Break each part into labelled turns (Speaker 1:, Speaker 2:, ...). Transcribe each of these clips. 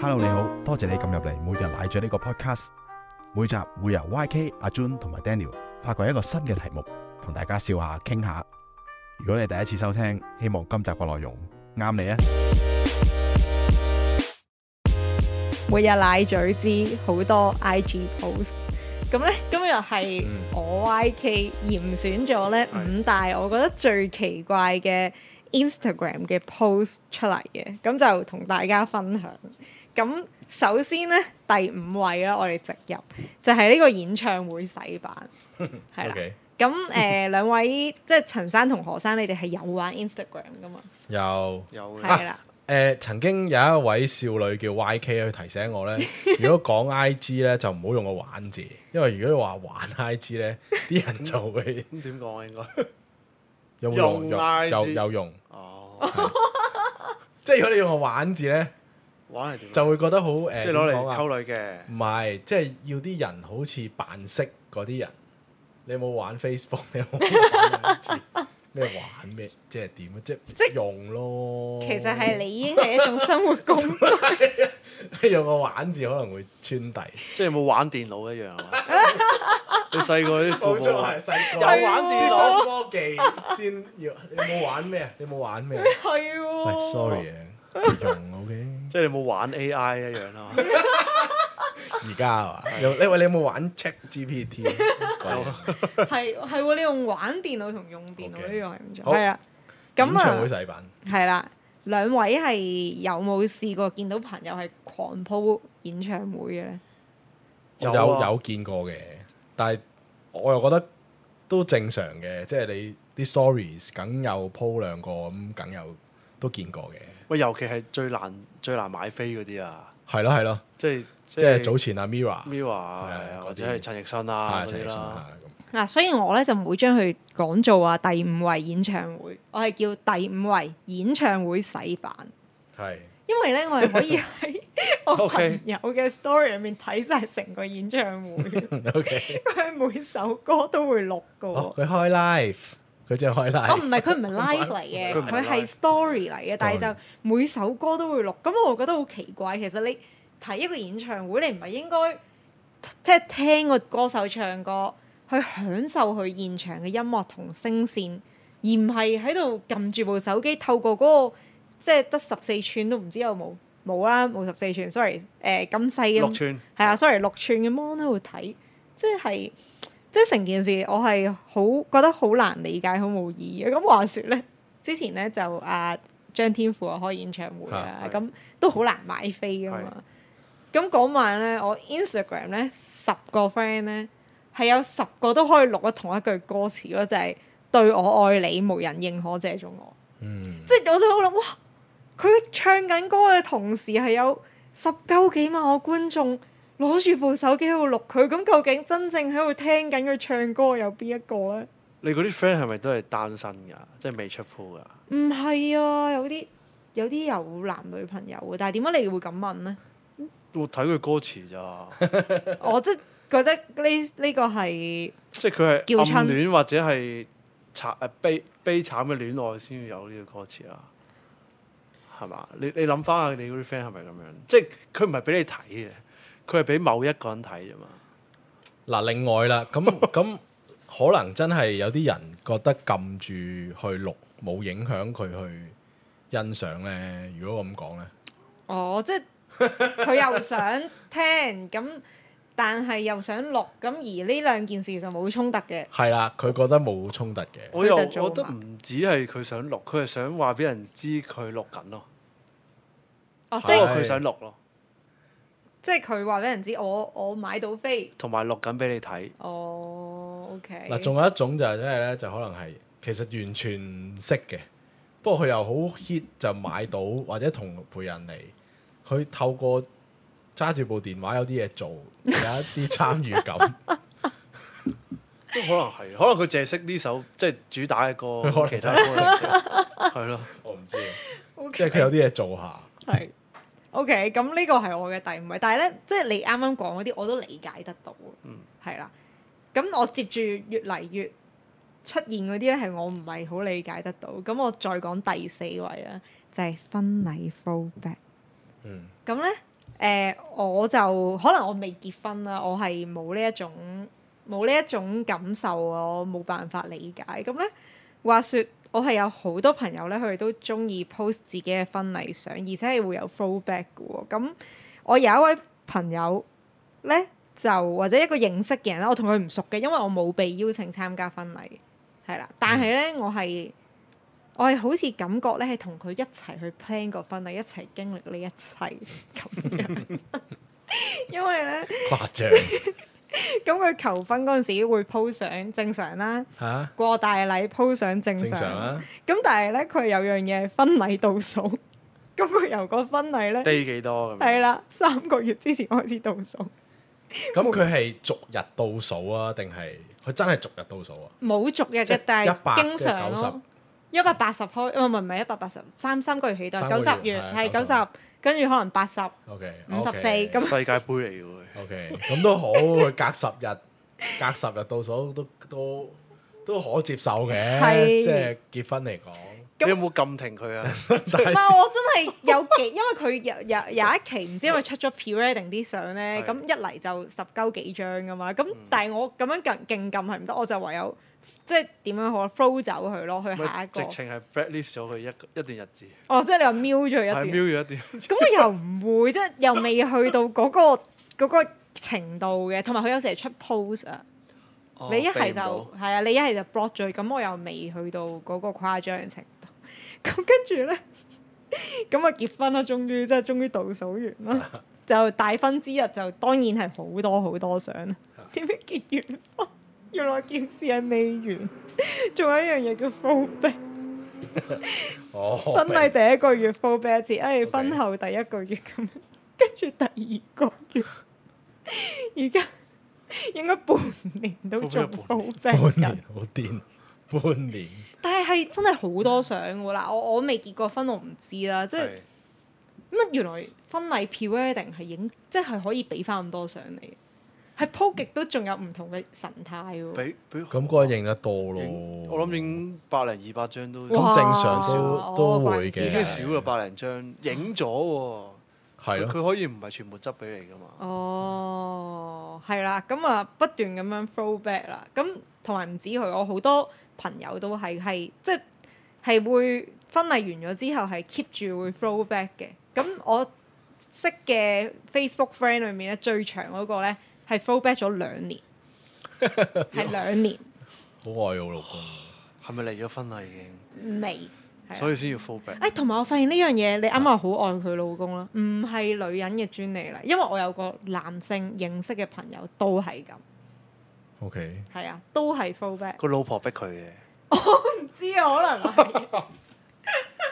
Speaker 1: Hello，你好，多謝你撳入嚟，每日奶嘴呢個 podcast，每集會由 YK、阿 Jun 同埋 Daniel 發掘一個新嘅題目，同大家笑下、傾下。如果你第一次收聽，希望今集嘅內容啱你啊！
Speaker 2: 每日奶嘴之好多 IG post。咁咧，今日
Speaker 3: 嗯
Speaker 2: 係我 YK 嚴選咗咧五大我覺得最奇怪嘅 Instagram 嘅 post 出嚟嘅，咁就同大家分享。咁首先咧，第五位啦，我哋直入就係、呢個演唱會洗版， 係啦。
Speaker 3: OK，
Speaker 2: 咁誒、 兩位即係陳生同何生，你哋係有玩 Instagram 噶嘛？
Speaker 3: 有
Speaker 4: 有嘅，
Speaker 2: 係啦，
Speaker 3: 誒、呃曾經有一位少女叫 YK 去提醒我咧，如果講 IG 咧就唔好用個玩字，因為如果你話玩 IG 咧，啲人就會
Speaker 4: 咁點講啊應該？
Speaker 3: 有冇
Speaker 4: 用
Speaker 3: 用用
Speaker 4: IG
Speaker 3: 有有用，
Speaker 4: 哦，
Speaker 3: 即係如果你用個玩字咧，
Speaker 4: 玩係點啊？
Speaker 3: 就會覺得好呃誒，
Speaker 4: 即
Speaker 3: 即
Speaker 4: 係攞嚟溝女嘅。
Speaker 3: 啊唔係，即係要啲人好似扮識嗰啲人。你有冇玩 Facebook？你有冇玩 IG？咩玩咩？即係點啊？即
Speaker 2: 即
Speaker 3: 係用咯。
Speaker 2: 其實係你已經係一種生活工具。
Speaker 3: 你 用個玩字可能會穿底。
Speaker 4: 即係有冇玩電腦一樣啊？你細個啲
Speaker 3: 冇
Speaker 4: 父
Speaker 3: 錯，係
Speaker 4: 母啊
Speaker 3: 細個
Speaker 4: 有玩電腦，
Speaker 3: 啲新科技先要。你有冇玩咩啊？你有冇玩咩啊？
Speaker 2: 係喎。
Speaker 3: 喂，sorry 啊，唔用 OK。
Speaker 4: 即係你冇玩 AI 一樣啊？
Speaker 3: 而家啊，有你喂，你有冇玩 Chat GPT？
Speaker 2: 係係喎，你用玩電腦同用電腦
Speaker 3: OK
Speaker 2: 呢個係唔
Speaker 3: 好
Speaker 2: 同，係啊。
Speaker 3: 演
Speaker 2: 咁
Speaker 3: 唱會
Speaker 2: 啊，
Speaker 3: 洗版，
Speaker 2: 係啦，兩位係有冇試過見到朋友係狂 po 演唱會嘅咧？
Speaker 3: 有
Speaker 4: 有啊
Speaker 3: 有見過嘅，但係我又覺得都正常嘅，即係你啲 stories 梗有 po 兩個咁，梗有都見過嘅。
Speaker 4: 喂，尤其係最難最難買飛嗰啲啊！
Speaker 3: 係咯係咯，
Speaker 4: 即係
Speaker 3: 即係早前阿 Mira
Speaker 4: Mirror
Speaker 3: 係啊
Speaker 4: 啊或者
Speaker 3: 嗰啲
Speaker 4: 係陳奕迅啊
Speaker 3: 啊，
Speaker 4: 嗰
Speaker 3: 陳
Speaker 4: 啲
Speaker 3: 奕迅
Speaker 4: 啦。
Speaker 3: 啊咁。
Speaker 2: 嗱，雖然我咧就唔會將佢講做話第五位演唱會，我係叫第五位演唱會洗版，
Speaker 3: 係
Speaker 2: 因為咧我係可以 喺我
Speaker 4: OK
Speaker 2: 朋友嘅 story 入面睇晒成個演唱會，
Speaker 3: OK，
Speaker 2: 佢每首歌都會錄噶喎。
Speaker 3: 哦佢開 live，佢真係開
Speaker 2: 哦，
Speaker 3: live
Speaker 2: 唔。係佢唔 係 live 嚟嘅，
Speaker 4: 佢唔係
Speaker 2: 佢
Speaker 4: live
Speaker 2: 係 story 嚟嘅
Speaker 3: Story，
Speaker 2: 但係就每首歌都會錄。咁我覺得好奇怪，其實你睇一個演唱會，你唔係應該即係聽個歌手唱歌，去享受佢現場嘅音樂同聲線，而唔係喺度撳住部手機，透過嗰、個即係得十四寸都唔知有冇冇啦，冇十四寸，sorry，誒咁細嘅
Speaker 4: 六寸
Speaker 2: 係啊，sorry，六寸嘅 mon 喺度睇，即係即係成件事，我係好覺得好難理解，好冇意義嘅。咁話説咧，之前咧就阿、張天賦啊開演唱會啦，
Speaker 4: 係係
Speaker 2: 咁都好難買飛噶嘛。咁嗰晚咧，我 Instagram 咧十個 friend 咧係有十個都可以錄咗同一句歌詞咯，就係、對我愛你，無人認可謝咗我。
Speaker 3: 嗯，
Speaker 2: 即係我就好諗，哇！佢唱緊歌嘅同時係有十鳩幾萬個觀眾攞住部手機喺度錄佢，咁究竟真正喺度聽緊佢唱歌有邊一個咧？
Speaker 4: 你嗰啲 friend 係咪都係單身㗎？即係未出 pool 㗎？
Speaker 2: 唔係啊，有啲有啲有男女朋友嘅，但係點解你會咁問咧？
Speaker 4: 我睇佢歌詞咋，
Speaker 2: 我即係覺得呢呢個係
Speaker 4: 即係佢
Speaker 2: 叫
Speaker 4: 係暗
Speaker 2: 親
Speaker 4: 戀或者係慘誒悲悲慘嘅戀愛先要有呢個歌詞啦，係嘛？你你諗翻下你嗰啲 friend 係咪咁樣？即係佢唔係俾你睇嘅，佢係俾某一個人睇啫嘛。
Speaker 3: 嗱，另外啦， 咁咁可能真係有啲人覺得撳住去錄冇影響佢去欣賞咧。如果我咁講咧，
Speaker 2: 哦，即係佢又想聽咁。但係又想錄咁，而呢兩件事就冇衝突嘅。
Speaker 3: 係啦，佢覺得冇衝突嘅。
Speaker 4: 我又
Speaker 2: 佢就做啊
Speaker 4: 我覺得
Speaker 2: 嘛
Speaker 4: 唔止係佢想錄，佢係想話俾人知佢錄緊咯，
Speaker 2: 哦，即
Speaker 4: 不過
Speaker 2: 係
Speaker 3: 係
Speaker 4: 佢想錄咯，
Speaker 2: 即係佢話俾人知我我買到飛，
Speaker 4: 同埋錄緊俾你睇。
Speaker 2: 哦，OK。
Speaker 3: 嗱，仲有一種就係真係咧，就可能係其實完全唔識嘅，不過佢又好 hit 就買到，或者同陪人嚟，佢透過揸住部電話有啲嘢做，有一啲參與感。
Speaker 4: 都可能係，可能佢淨係識呢首即係主打嘅歌
Speaker 3: 佢可，能
Speaker 4: 其他歌唔識係咯。
Speaker 3: 我唔知，即
Speaker 2: OK
Speaker 3: 係佢有啲嘢做下。
Speaker 2: 係 OK，咁呢個係我嘅第五位，但係咧，即係你啱啱講嗰啲我都理解得到，
Speaker 4: 嗯，
Speaker 2: 係啦。咁我接住越嚟越出現嗰啲咧，係我唔係好理解得到。咁我啊再講第四位啦，就係婚禮 throwback。
Speaker 3: 嗯，
Speaker 2: 咁咧，誒、我就可能我未結婚啦，我係冇呢一種冇呢一種感受，我冇辦法理解。咁咧，話說我係有好多朋友咧，佢哋都中意 post 自己嘅婚禮相，而且係會有 throwback 嘅喎。咁我有一位朋友咧，就或者一個認識嘅人啦，我同佢唔熟嘅，因為我冇被邀請參加婚禮，係啦。但係咧，我係我係好似感覺咧，係同佢一齊去 plan 個婚禮，一齊經歷呢一切。 因為咧，
Speaker 3: 誇 張
Speaker 2: 咁佢求婚嗰陣時會 po 相正常啦，
Speaker 3: 嚇，
Speaker 2: 過大禮 po 相正
Speaker 3: 正
Speaker 2: 常
Speaker 3: 常
Speaker 2: 啦。
Speaker 3: 啊，
Speaker 2: 咁但係咧，佢有樣嘢係婚禮倒數， 咁佢由個婚禮咧
Speaker 4: day 幾多咁樣？
Speaker 2: 係啦，三個月之前開始倒數，
Speaker 3: 咁佢係逐日倒數啊，定係佢真係逐日倒數啊？
Speaker 2: 冇逐日
Speaker 3: 即係
Speaker 2: 嘅，但
Speaker 3: 100
Speaker 2: 係經常咯。一百八十開，哦唔係唔係一百八十，三三個月起到
Speaker 3: 三
Speaker 2: 九
Speaker 3: 個月
Speaker 2: 十月係
Speaker 3: 係
Speaker 2: 九十，跟住可能八十，
Speaker 3: OK，
Speaker 2: 54
Speaker 3: OK
Speaker 2: 咁
Speaker 4: 世界盃嚟嘅喎。
Speaker 3: OK，咁都好，佢隔十日， 隔十日倒數都都都可接受嘅，
Speaker 2: 係
Speaker 3: 即係結婚嚟講。
Speaker 4: 你有冇撳停佢啊？
Speaker 3: 但
Speaker 2: 唔
Speaker 3: 係
Speaker 2: 係我真係有幾， 因為佢有有有一期唔知因為出咗 pre-wedding 啲相咧，
Speaker 4: 係嗯
Speaker 2: 咁一嚟就十鳩幾張噶嘛，咁但係我咁樣勁勁撳係唔得，我就唯有即係點樣好啊，throw 走佢咯，去下一
Speaker 4: 咪
Speaker 2: 個
Speaker 4: 直。情係 blacklist 咗佢一個一段日子，
Speaker 2: 哦，即係你話瞄咗佢一
Speaker 4: 係
Speaker 2: 段，
Speaker 4: 瞄咗一段。
Speaker 2: 咁我又唔會，即係又未去到嗰、個嗰個程度嘅，同埋佢有時係出 post 啊。
Speaker 4: 哦
Speaker 2: 你一係就
Speaker 4: 避唔
Speaker 2: 係啊，你一係就 block 咗佢，咁我又未去到嗰個誇張嘅程度。咁跟住咧，咁啊結婚啦，終於即係終於倒數完啦，就大婚之日就當然係好多好多相啦。點知結完婚，原來件事係未完，仲有一樣嘢叫 fullback，
Speaker 3: 哦，
Speaker 2: 婚禮第一個月 fullback 一次，哎，
Speaker 3: OK
Speaker 2: 婚後第一個月咁樣，跟住第二個月，而家應該半年都仲
Speaker 4: fullback
Speaker 3: 半
Speaker 2: fullback 緊
Speaker 3: 年。好癲，半年
Speaker 2: 但係係真係好多相喎嗱，我我未結過婚，我唔知啦。即
Speaker 4: 到
Speaker 2: 係
Speaker 4: 係
Speaker 2: 乜原來婚禮 pre-wedding 係影，即係可以俾翻咁多相你，係 po 極都仲有唔同嘅神態喎。
Speaker 4: 俾俾
Speaker 3: 咁嗰個影得多咯。
Speaker 4: 影我諗影百零二百張都
Speaker 2: 哇
Speaker 3: 咁正常
Speaker 2: 哇
Speaker 3: 都都會
Speaker 2: 怪
Speaker 4: 已
Speaker 2: 唔
Speaker 4: 經
Speaker 3: 嘅，
Speaker 2: 之
Speaker 4: 少啦，百零張影咗喎。
Speaker 3: 係
Speaker 4: 佢
Speaker 3: 咯，
Speaker 4: 可以唔係全部執俾你噶嘛？
Speaker 2: 哦，係啦，咁啊不斷咁樣 throwback 啦，咁同埋唔止佢，我好多朋友都係係即係係會婚禮完咗之後係 keep 住會 throwback 嘅。咁我識嘅 Facebook friend 裏面咧最長嗰個咧係 throwback 咗兩 年，係兩年。
Speaker 3: 好愛我老公。
Speaker 4: 係咪離咗婚啦已經？
Speaker 2: 味，
Speaker 4: 所
Speaker 2: 所以
Speaker 4: 以先要 full back。
Speaker 2: 誒，啊哎同埋我發現呢樣嘢，你啱啱話好愛佢老公啦，唔係女人嘅專利嚟，因為我有個男性認識嘅朋友都係咁，
Speaker 3: OK，
Speaker 2: 係啊，都係 fullback。
Speaker 4: 個老婆逼佢嘅，
Speaker 2: 唔知啊，可能係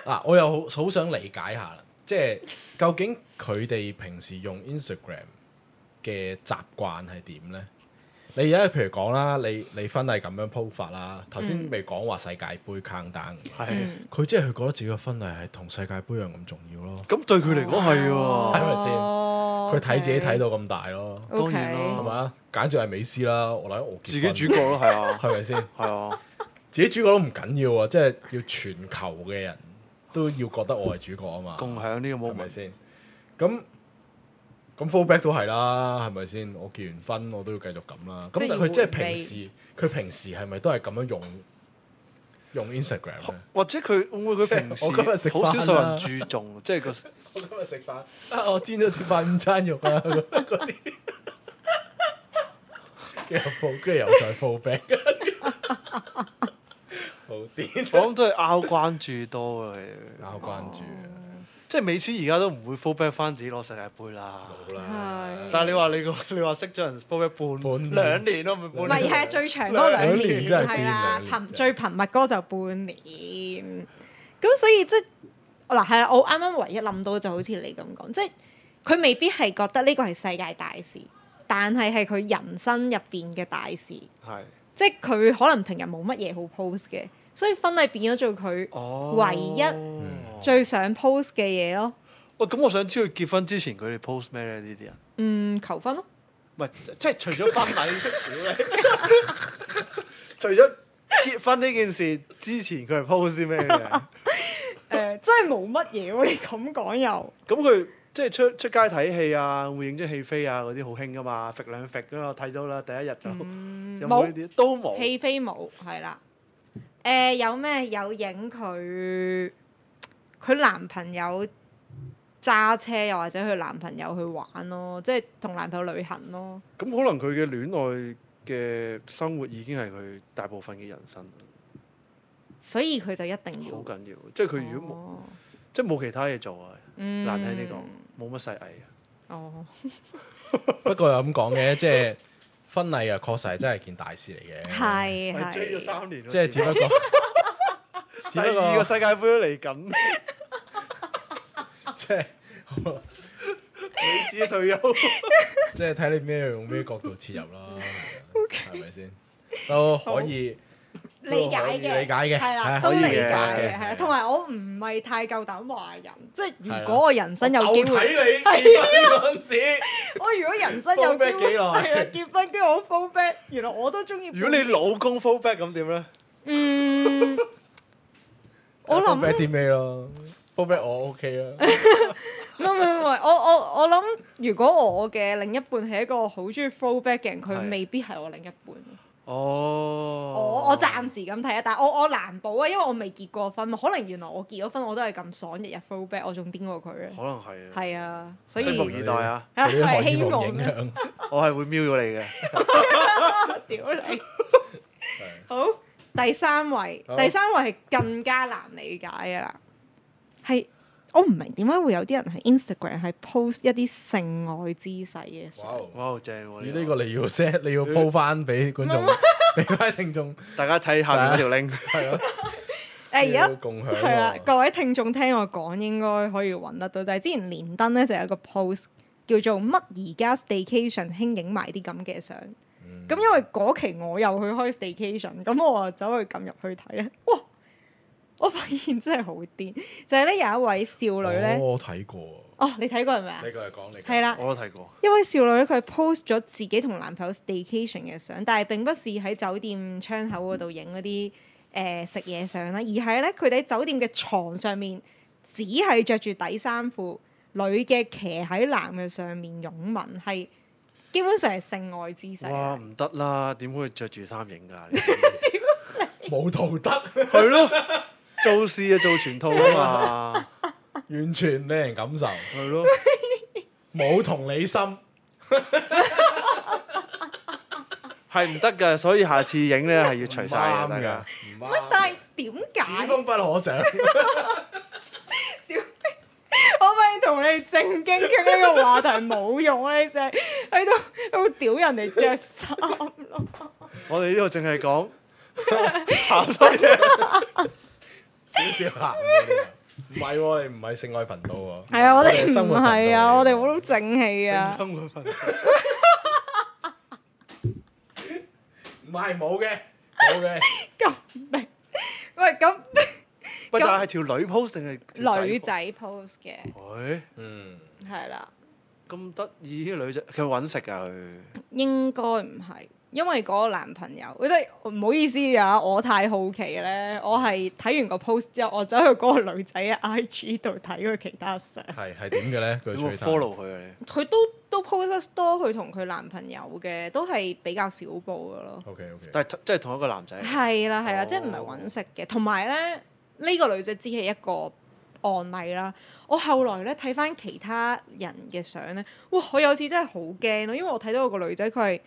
Speaker 3: 嗱，我又好好想理解下啦，即係究竟佢哋平時用 Instagram 嘅習慣係點呢？你而家譬如講啦，你你婚禮咁樣鋪法啦，頭先未講話世界盃 countdown 嘅
Speaker 2: 嗯
Speaker 4: 係
Speaker 3: 佢即係佢覺得自己嘅婚禮係同世界盃一樣咁重要咯，
Speaker 4: 咁對佢嚟講
Speaker 3: 係
Speaker 4: 係喎。
Speaker 3: 咪先
Speaker 2: 佢
Speaker 3: 佢睇自己睇到咁大咯，
Speaker 4: 當然啦
Speaker 3: 係咪啊？簡直係美斯啦，我諗我
Speaker 4: 自
Speaker 3: 結
Speaker 4: 己
Speaker 3: 婚
Speaker 4: 主角咯，係啊，
Speaker 3: 係咪先？
Speaker 4: 係啊，
Speaker 3: 自己主角都唔緊要啊，即係要全球嘅人都要覺得我係主角啊嘛。
Speaker 4: 共享呢
Speaker 3: 係咪
Speaker 4: 個 moment。
Speaker 3: 先？咁咁 fallback 都係啦，係咪先？我結完婚我都要繼續咁啦。咁
Speaker 2: 即係
Speaker 3: 但
Speaker 2: 要
Speaker 3: 佢即係
Speaker 2: 回味
Speaker 3: 平時，佢平時係咪都係咁樣用用 Instagram 咧？
Speaker 4: 或者佢會唔會
Speaker 3: 即係
Speaker 4: 佢平
Speaker 3: 我今日食
Speaker 4: 時
Speaker 3: 飯啊啦
Speaker 4: 好少受人注重，即係個
Speaker 3: 我今日食飯啊，我煎咗碟飯午餐肉 啊，咁樣嗰啲。又 f 跟住又再 fallback，好癲，
Speaker 4: 我諗都係拗關注多啊。
Speaker 3: 拗關注
Speaker 4: 即係美斯而家都唔會 full back 翻自己攞世界盃啦。
Speaker 3: 好啦
Speaker 2: 係。
Speaker 4: 但係你話你個 你話識咗人 full back
Speaker 3: 半
Speaker 4: 半
Speaker 3: 年
Speaker 4: 兩年咯，咪
Speaker 2: 唔
Speaker 4: 半
Speaker 2: 係
Speaker 4: 年。
Speaker 2: 係啊最長嗰兩
Speaker 3: 兩年
Speaker 2: 年
Speaker 3: 真係
Speaker 2: 係
Speaker 3: 癲兩
Speaker 2: 啦，
Speaker 3: 年真
Speaker 2: 頻
Speaker 3: 係
Speaker 2: 最頻密嗰個就半年。咁所以即係嗱係啦，我啱啱唯一諗到就好似你咁講，即係佢未必係覺得呢個係世界大事，但係係佢人生入邊嘅大事，
Speaker 4: 係
Speaker 2: 即係佢可能平日冇乜嘢好 post 嘅，所以婚禮變咗做佢
Speaker 4: 哦，
Speaker 2: 唯一最想 post 嘅嘢咯。
Speaker 4: 嗯喂，咁我想知佢結婚之前佢哋 post 咩咧？呢啲人，
Speaker 2: 嗯，求婚咯，
Speaker 4: 唔係即係除咗婚禮少咧， 除咗結婚呢件事之前 佢係 post 啲咩嘅？
Speaker 2: 誒、真係冇乜嘢喎！你咁講又
Speaker 4: 咁佢即係出出街睇戲啊，會影張戲飛啊嗰啲好興噶嘛，揈兩揈咁我睇到啦，第一日就
Speaker 2: 嗯
Speaker 4: 嗯有冇呢啲都冇。
Speaker 2: 戲飛冇係啦。誒、有咩有影佢佢男朋友揸車，又或者佢男朋友去玩咯，即係同男朋友旅行咯。
Speaker 4: 咁可能佢嘅戀愛嘅生活已經係佢大部分嘅人生，
Speaker 2: 所以佢就一定要
Speaker 4: 好緊要。即係佢如果冇
Speaker 2: 哦
Speaker 4: 即係冇其他嘢做啊，
Speaker 2: 嗯
Speaker 4: 難聽啲講，冇乜世藝啊。
Speaker 2: 哦，
Speaker 3: 不過又咁講嘅，即係婚禮啊，確實係真係件大事嚟嘅。
Speaker 2: 係
Speaker 4: 係哎追咗
Speaker 2: 係
Speaker 4: 三年，
Speaker 3: 即係只不 過，
Speaker 4: 第
Speaker 3: 只不
Speaker 4: 二個
Speaker 3: 過
Speaker 4: 世界盃都嚟緊，
Speaker 3: 即係
Speaker 4: 你知退休。
Speaker 3: 即係睇你咩用咩角度切入啦， 係咪先？都可以
Speaker 2: 理解嘅，
Speaker 3: 都可以理解嘅
Speaker 2: 係啦，
Speaker 3: 係
Speaker 2: 都
Speaker 3: 可以
Speaker 2: 理
Speaker 3: 嘅
Speaker 2: 解嘅，
Speaker 3: 嘅
Speaker 2: 係啦。
Speaker 3: 係
Speaker 2: 同埋我唔係太夠膽話人，即係
Speaker 3: 係
Speaker 2: 如
Speaker 3: 啦
Speaker 2: 果我人生有機
Speaker 3: 就睇
Speaker 2: 會，
Speaker 3: 你結婚嗰陣時。
Speaker 2: 我如果人生有機
Speaker 3: Full back
Speaker 2: 會，
Speaker 3: 幾耐
Speaker 2: 係啊結婚跟住我 full back，原來我都中意。
Speaker 4: 如果你老公 full back 咁點咧？
Speaker 2: 嗯， 我諗
Speaker 3: back 啲咩咯？full back 我 OK 啦，
Speaker 2: 唔係唔係唔係，我我我諗，如果我嘅另一半係一個好中意 throwback 嘅人，佢
Speaker 4: 係
Speaker 2: 未必係我另一半。
Speaker 4: 哦，
Speaker 2: 我我暫時咁睇啊，但係我我難保啊，因為我未結過婚嘛，可能原來我結咗婚我都係咁爽，日日 throwback，我仲癲過佢
Speaker 4: 可
Speaker 2: 啊。
Speaker 4: 能係啊，
Speaker 2: 係啊，所以
Speaker 4: 拭目以待啊！
Speaker 2: 啊
Speaker 3: 佢啲 荷
Speaker 2: 係
Speaker 3: 爾
Speaker 2: 希
Speaker 3: 蒙
Speaker 2: 望
Speaker 3: 影
Speaker 2: 啊，
Speaker 3: 響。
Speaker 4: 我係會瞄咗你嘅。
Speaker 2: 屌你！好，第三位，
Speaker 3: 好
Speaker 2: 第三位係更加難理解噶啦，係我唔明點解會有啲人喺 Instagram 係 post 一啲性愛姿勢嘅相。
Speaker 3: 哇！
Speaker 4: 哇，正喎！
Speaker 3: 你
Speaker 4: 呢
Speaker 3: 呢
Speaker 4: 個
Speaker 3: 個你要 set，你要 po 翻俾觀眾， 俾翻聽眾，
Speaker 4: 大家睇下面嗰條 link，
Speaker 3: 係咯，
Speaker 2: 誒而家
Speaker 3: 要共享
Speaker 2: 係啦，
Speaker 3: 喎。
Speaker 2: 各位聽眾聽我講應該可以揾得到，就係、之前連登咧就有一個 post 叫做乜而家 staycation 興影埋啲咁嘅相。
Speaker 3: 嗯
Speaker 2: 咁、因為嗰期我又去開 staycation，咁我就走去撳入去睇咧，哇！我發現真係好癲，就係、呢，咧有一位少女咧，
Speaker 3: 哦我睇過，
Speaker 2: 哦，你睇過係咪啊
Speaker 3: 呢？個係講你
Speaker 2: 係啦，
Speaker 4: 我都睇過。
Speaker 2: 一位少女咧，佢 post 咗自己同男朋友 staycation 嘅相，但係並不是喺酒店窗口嗰度影嗰啲誒食嘢相啦，而係咧佢哋喺酒店嘅床上面，只係着住底衫褲，女嘅騎喺男嘅上面擁吻，係基本上係性愛姿勢
Speaker 4: 哇，
Speaker 2: 啊。
Speaker 4: 唔得啦！點會着住衫影㗎？
Speaker 3: 冇道德，
Speaker 4: 係咯，做事啊做全套啊嘛，
Speaker 3: 完全令人感受，
Speaker 4: 係咯，
Speaker 3: 冇同理心。
Speaker 4: 係唔得㗎。所以下次影咧係要除
Speaker 3: 唔
Speaker 4: 晒嘅，
Speaker 3: 啱
Speaker 4: 大家
Speaker 3: 噶，唔
Speaker 2: 但
Speaker 3: 啱，
Speaker 2: 係點
Speaker 3: 此
Speaker 2: 解？
Speaker 3: 風不可長。
Speaker 2: 我發現同你正經傾呢個話題冇用啊！你淨係喺度喺度屌人哋着衫咯。
Speaker 4: 我哋呢度淨係 講鹹濕嘢。
Speaker 3: 少少鹹嘅呢個唔係喎，你唔係性愛頻道喎。
Speaker 2: 係啊，我哋
Speaker 3: 生
Speaker 2: 唔
Speaker 3: 活頻道嚟
Speaker 2: 係
Speaker 3: 嘅
Speaker 2: 啊，我哋好正氣啊。
Speaker 4: 生活頻道
Speaker 3: 唔係冇嘅，冇嘅。
Speaker 2: 咁明？喂， 咁
Speaker 4: 喂，但係係條女 post 定係條
Speaker 2: 女
Speaker 4: post？
Speaker 2: 仔 post 嘅
Speaker 4: 喂，
Speaker 3: 嗯，
Speaker 2: 係啦，
Speaker 4: 咁得意啲女仔，佢揾食㗎佢。
Speaker 2: 應該唔係，因為嗰個男朋友，即係唔好意思啊，我太好奇咧，我係睇完個 post 之後，我走去嗰個女仔嘅 IG 度睇佢其他相，
Speaker 3: 係係點嘅咧？佢
Speaker 4: 有冇 follow 佢啊？你
Speaker 2: 佢都都 post 得多佢同佢男朋友嘅，都係比較少報嘅咯。
Speaker 3: O K O K，
Speaker 4: 但係即係同一個男仔。
Speaker 2: 係啦係啦，
Speaker 4: 哦
Speaker 2: 即係唔係揾食嘅。同埋咧，呢、個女仔只係一個案例啦。我後來咧睇翻其他人嘅相咧，哇！我有次真係好驚咯，因為我睇到有個女仔佢係。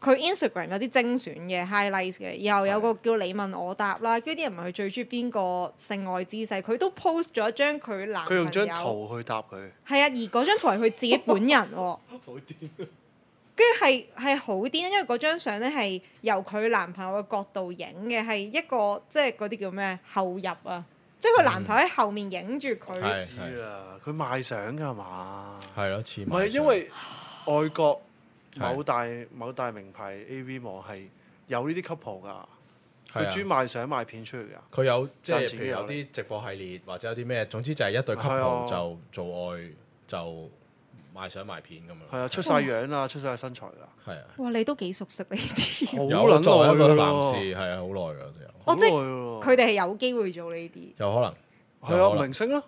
Speaker 2: 佢 Instagram 有啲精選嘅 highlights 嘅，又有個叫你問我答啦，跟住啲人問佢最中意邊個性愛姿勢，佢都 post 咗一張佢男
Speaker 4: 佢
Speaker 2: 朋友
Speaker 4: 用張圖去答佢，
Speaker 2: 係啊，而嗰張圖係佢自己本人喎、
Speaker 4: 好癲。
Speaker 2: 跟住係係好癲，因為嗰張相咧係由佢男朋友嘅角度影嘅，係一個即係嗰啲叫咩後入啊，即係佢男朋友喺後面影住
Speaker 4: 嗯
Speaker 2: 佢，
Speaker 3: 係
Speaker 4: 知啦，佢賣相㗎嘛？
Speaker 3: 係咯，似
Speaker 4: 啊唔係因為外國
Speaker 3: 係
Speaker 4: 某大某大名牌 A.V. 網係有呢啲 couple 㗎，
Speaker 3: 係
Speaker 4: 佢
Speaker 3: 啊
Speaker 4: 專賣相賣片出去㗎。
Speaker 3: 佢有即係
Speaker 4: 賺
Speaker 3: 譬
Speaker 4: 錢
Speaker 3: 如
Speaker 4: 嘅
Speaker 3: 有
Speaker 4: 我哋
Speaker 3: 啲直播系列或者有啲咩，總之就係一對
Speaker 4: 係
Speaker 3: couple
Speaker 4: 啊
Speaker 3: 就做愛就賣相賣片咁樣。
Speaker 4: 係啊，出晒樣啦，出晒身材啦，
Speaker 3: 係啊，
Speaker 2: 哇！你都幾熟悉呢啲，
Speaker 4: 好
Speaker 3: 有作為一
Speaker 4: 撚耐啊
Speaker 3: 個
Speaker 4: 㗎
Speaker 3: 男
Speaker 4: 喎，
Speaker 3: 士係啊，好耐㗎都有，
Speaker 2: 哦即係
Speaker 4: 係
Speaker 2: 佢哋係有機會做呢啲。
Speaker 3: 有可能
Speaker 4: 啊係
Speaker 3: 有可
Speaker 4: 啊，
Speaker 3: 能
Speaker 4: 明星咯，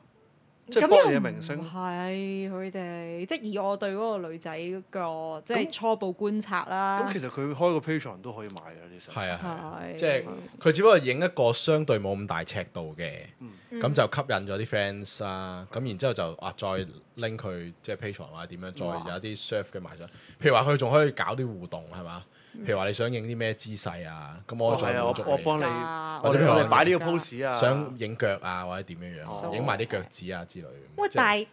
Speaker 4: 即
Speaker 2: 咁
Speaker 4: 係
Speaker 2: 又
Speaker 4: 搏嘢明星
Speaker 2: 唔係佢哋，即係以我對嗰個女仔個即係
Speaker 4: 咁
Speaker 2: 初步觀察啦
Speaker 4: 咁，其實佢開個 patron 都可以買嘅呢首。
Speaker 3: 係啊係啊，
Speaker 2: 係
Speaker 3: 即係佢只不過影一個相對冇咁大尺度嘅，咁
Speaker 2: 嗯
Speaker 3: 就吸引咗啲 fans 啦。咁然之後就啊，再拎佢即係 patron 或者點樣，再
Speaker 2: 哇
Speaker 3: 有啲 serve 嘅埋上。譬如話佢仲可以搞啲互動係嘛？譬如話你想影啲咩姿勢啊，咁我
Speaker 4: 嗯哦
Speaker 3: 可以
Speaker 4: 係
Speaker 3: 再
Speaker 4: 啊，
Speaker 3: 滿
Speaker 4: 我
Speaker 3: 足
Speaker 4: 我
Speaker 3: 你
Speaker 4: 幫你，
Speaker 2: 㗎
Speaker 4: 我
Speaker 3: 或者
Speaker 4: 哋
Speaker 3: 佢
Speaker 4: 我
Speaker 3: 話
Speaker 4: 哋擺呢個
Speaker 2: 㗎
Speaker 4: pose 啊，
Speaker 3: 想影腳啊或者點樣
Speaker 2: 哦
Speaker 3: 樣，影埋啲腳趾啊之類。
Speaker 2: 喂，
Speaker 3: 即係
Speaker 2: 但係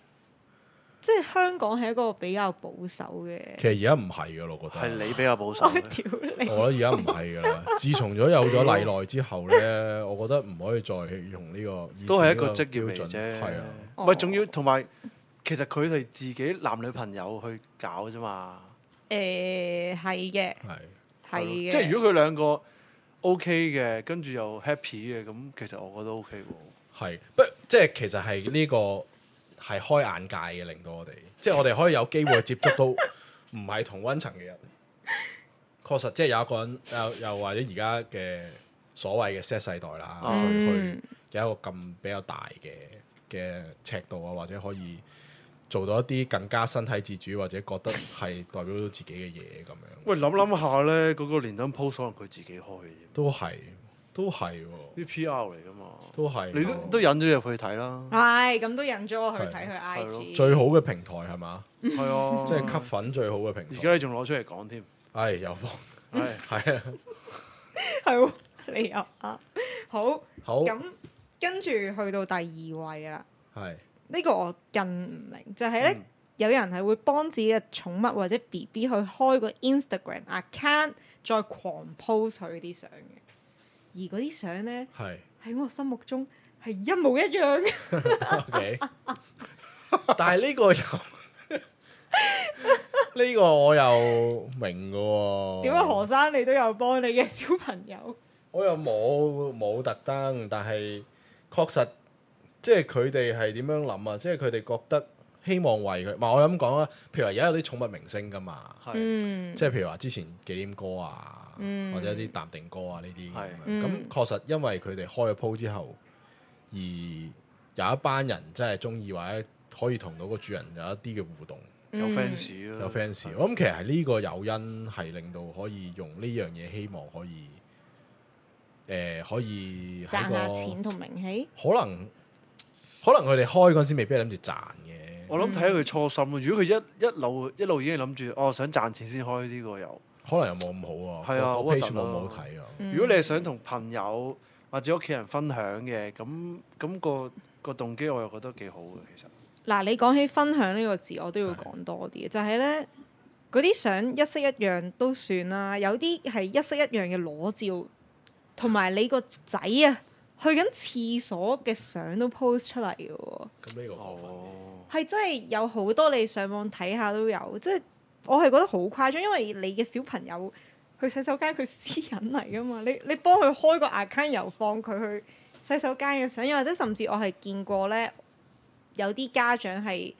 Speaker 2: 即係香港係一個比較保守嘅，
Speaker 3: 其實而家唔係嘅咯，我覺
Speaker 4: 係哦
Speaker 3: 得。
Speaker 4: 你比較保守
Speaker 2: 我
Speaker 4: 嘅。
Speaker 2: 屌你！
Speaker 3: 我覺得而家唔係㗎 啦，自從咗有咗例內之後咧，我覺得唔可以再用呢個以前
Speaker 4: 都係一個
Speaker 3: 呢
Speaker 4: 職業
Speaker 3: 標
Speaker 4: 嚟
Speaker 3: 準
Speaker 4: 啫，
Speaker 3: 係啊，
Speaker 2: 哦
Speaker 4: 唔係仲要同埋，其實佢哋自己男女朋友去搞啫嘛，
Speaker 2: 誒係嘅，
Speaker 3: 係。
Speaker 2: 係嘅。
Speaker 4: 即係如果佢兩個 OK 嘅，跟住又 happy 嘅，咁其實我覺得 OK 喎。
Speaker 3: 係，不即係其實係呢、個係開眼界嘅，令到我哋，即係我哋可以有機會接觸 到唔係同温層嘅人。確實，即係有一個人，又又或者而家嘅所謂嘅 Z 世代啦，
Speaker 4: 啊
Speaker 3: 去
Speaker 2: 嗯
Speaker 3: 去有一個咁比較大嘅嘅尺度啊，或者可以做到一啲更加身體自主，或者覺得係代表到自己嘅嘢咁樣，
Speaker 4: 喂，諗諗下咧，嗰個連登 post 可能佢自己開嘅，
Speaker 3: 都係都係喎，
Speaker 4: 啲 PR 嚟噶嘛，
Speaker 3: 都係
Speaker 4: 你都
Speaker 3: 喎
Speaker 4: 都引咗入去睇啦，
Speaker 2: 唉，咁都引咗我去睇佢
Speaker 4: 係咯
Speaker 2: IG，
Speaker 3: 最好嘅平台係嘛？
Speaker 4: 係啊，
Speaker 3: 即係吸粉最好嘅平
Speaker 4: 而
Speaker 3: 台。
Speaker 4: 家你仲攞出嚟講添，
Speaker 3: 唉，有幫
Speaker 4: 係
Speaker 3: 係啊，
Speaker 2: 係喎，你又啊好
Speaker 3: 好
Speaker 2: 咁，跟住去到第二位啦。
Speaker 3: 係
Speaker 2: 呢個我更唔明，就係、咧、
Speaker 4: 嗯
Speaker 2: 有人係會幫自己嘅寵物或者 B B 去開個 Instagram account，再狂 post 佢啲相嘅，而嗰啲相咧
Speaker 3: 係
Speaker 2: 喺我心目中係一模一樣嘅，
Speaker 3: OK。但係呢個又 呢個我又明嘅喎。
Speaker 2: 點解何生你都有幫你嘅小朋友？
Speaker 3: 我又冇冇特登，但係確實即係佢哋係點樣諗啊？即係佢哋覺得希望為佢，唔係我咁講啦。譬如話而家有啲寵物明星㗎嘛，
Speaker 4: 係
Speaker 2: 嗯
Speaker 3: 即係譬如話之前紀念歌啊，
Speaker 2: 嗯
Speaker 3: 或者一啲淡定歌啊呢啲咁
Speaker 4: 係
Speaker 3: 樣，
Speaker 2: 嗯
Speaker 3: 咁確實因為佢哋開咗鋪之後，而有一班人真係中意或者可以同到個主人有一啲嘅互動，
Speaker 2: 嗯
Speaker 4: 有 fans 啊，
Speaker 3: 有 fans。我諗其實係呢個誘因係令到可以用呢樣嘢，希望可以誒、可以喺
Speaker 2: 賺下
Speaker 3: 個
Speaker 2: 錢同名氣，
Speaker 3: 可能可能佢哋開嗰陣時未必係諗住賺嘅，
Speaker 4: 我諗睇下佢初心咯。如果佢一一路一路已經諗住，哦想賺錢先開呢個又，
Speaker 3: 可能又冇咁好
Speaker 4: 係啊
Speaker 3: 啊。
Speaker 4: 好
Speaker 3: 個
Speaker 4: 核
Speaker 3: page
Speaker 4: 突
Speaker 3: 冇冇
Speaker 4: 啊
Speaker 3: 睇啊。
Speaker 2: 嗯
Speaker 4: 如果你係想同朋友或者屋企人分享嘅，咁咁個個動機我又覺得幾好嘅，其實
Speaker 2: 嗱，你講起分享呢個字，我都要講多啲嘅，就係咧嗰啲相一式一樣都算啦，有啲係一式一樣嘅裸照，同埋你個仔啊去緊廁所嘅相都 post 出嚟嘅喎，
Speaker 3: 咁呢個過分啲
Speaker 4: 哦，
Speaker 2: 係真係有好多你上網睇下都有，即係我係覺得好誇張，因為你嘅小朋友去洗手間佢私隱嚟噶嘛，你你幫佢開個 account 又放佢去洗手間嘅相，又或者甚至我係見過咧，有啲家長係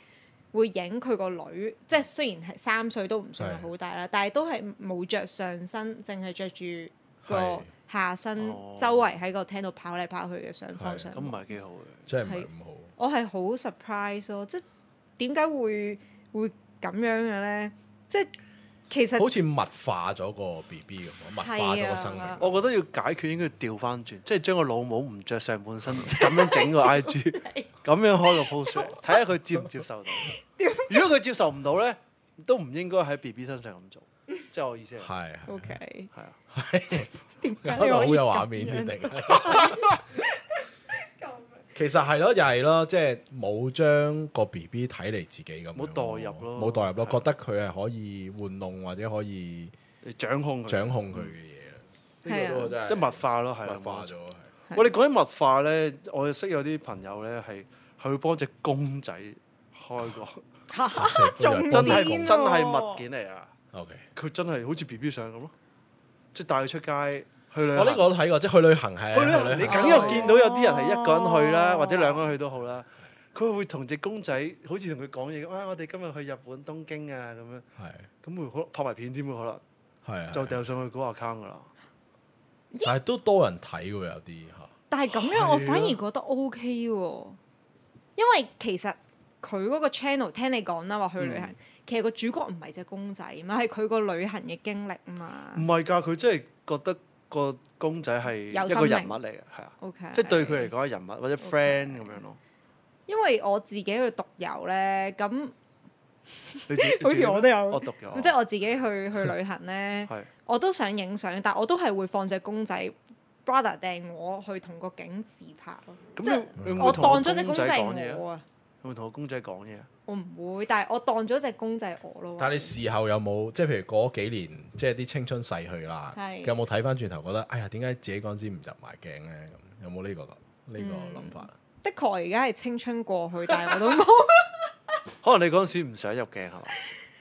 Speaker 2: 會影佢個女，即係雖然係三歲都唔算係
Speaker 3: 係
Speaker 2: 好大啦，但係都係冇着上身，淨係着住
Speaker 3: 係
Speaker 2: 個下身，
Speaker 4: 哦
Speaker 2: 周圍喺個廳度跑嚟跑去嘅相放
Speaker 3: 係
Speaker 2: 上
Speaker 4: 咁唔係幾好嘅。
Speaker 3: 真係唔係咁好。
Speaker 2: 我係好 surprise 咯，即係點解會會咁樣嘅咧？即係其實
Speaker 3: 好似物化咗個 B B 咁啊，物化咗個生
Speaker 2: 係啊
Speaker 3: 命。
Speaker 4: 我覺得要解決應該要調翻轉，即係將個老母唔着上半 身咁樣整個 IG，咁樣開個 post 出嚟 睇下佢接唔接受到。如果佢接受唔到咧，都唔應該喺 BB 身上 咁做，即係我意思係，
Speaker 3: 係係
Speaker 2: OK，
Speaker 4: 係啊，
Speaker 2: 點解
Speaker 3: 搞
Speaker 2: 你
Speaker 3: 到
Speaker 2: 可
Speaker 3: 好
Speaker 2: 以
Speaker 3: 有
Speaker 2: 咁
Speaker 3: 畫面啊添，
Speaker 2: 樣
Speaker 3: 突然間 其實係咯，又係咯，即係冇將個 B B 睇嚟自己咁樣，
Speaker 4: 冇代入咯
Speaker 3: 冇代入咯，
Speaker 4: 係
Speaker 3: 覺得佢係可以玩弄或者可以
Speaker 4: 你掌控佢，
Speaker 3: 掌控佢嘅嘢。
Speaker 2: 係啊
Speaker 3: 呢個都真係
Speaker 4: 即係物化咯，係啦
Speaker 3: 物化咗。係
Speaker 4: 我哋講起物化咧，我識有啲朋友咧係係會幫只公仔開 個，
Speaker 2: 仲
Speaker 4: 真係
Speaker 2: 癲喎
Speaker 4: 真係物件嚟啊！
Speaker 3: O K，
Speaker 4: 佢真係好似 B B 相咁咯，即係帶佢出街去旅行。
Speaker 3: 我呢個我都睇過，即係去旅行係
Speaker 4: 去旅行，你梗有見到有啲人係一個人去啦，
Speaker 2: 哦
Speaker 4: 或者兩個人去都好啦。佢會同只公仔好似同佢講嘢咁啊！我哋今日去日本東京啊咁樣，
Speaker 3: 係
Speaker 4: 咁會可能拍埋片添喎，可能
Speaker 3: 係啊
Speaker 4: 就掉上去嗰個 account 噶啦。
Speaker 3: 但係都多人睇喎，有啲嚇。
Speaker 2: 但係咁樣我反而覺得 OK 喎，因為其實佢嗰個 channel 聽你講啦，話去旅行，
Speaker 4: 嗯
Speaker 2: 其實個主角唔係只公仔嘛，係佢個旅行嘅經歷嘛。
Speaker 4: 唔係㗎，佢真係覺得個公仔係
Speaker 2: 有
Speaker 4: 一個人物嚟嘅，係啊，
Speaker 2: O K，
Speaker 4: 即係對佢嚟講係人物或者 friend 咁樣咯。
Speaker 2: 因為我自己去獨遊咧，咁
Speaker 4: 你自你
Speaker 2: 好似
Speaker 4: 自己
Speaker 2: 我都有
Speaker 4: 我讀咗，
Speaker 2: 即係我自己去去旅行 咧，
Speaker 4: 係
Speaker 2: 我都想影相，但我都係會放隻公仔 brother 掟我去同個景自拍咯。即係
Speaker 4: 咁你你會
Speaker 2: 我
Speaker 4: 同個
Speaker 2: 當咗隻公仔
Speaker 4: 講嘢啊
Speaker 2: 我啊，
Speaker 4: 有冇同個公仔講嘢啊？
Speaker 2: 我唔會，但係我當咗隻公仔我咯。
Speaker 3: 但係你事後有冇即係譬如過咗幾年，即係啲青春逝去啦，
Speaker 2: 係
Speaker 3: 有冇睇翻轉頭覺得哎呀點解自己嗰陣時唔入埋鏡咧？咁有冇呢個呢個諗法？
Speaker 2: 的確而家係青春過去，但係我都 冇。
Speaker 4: 可能你嗰陣時唔想入鏡係嘛？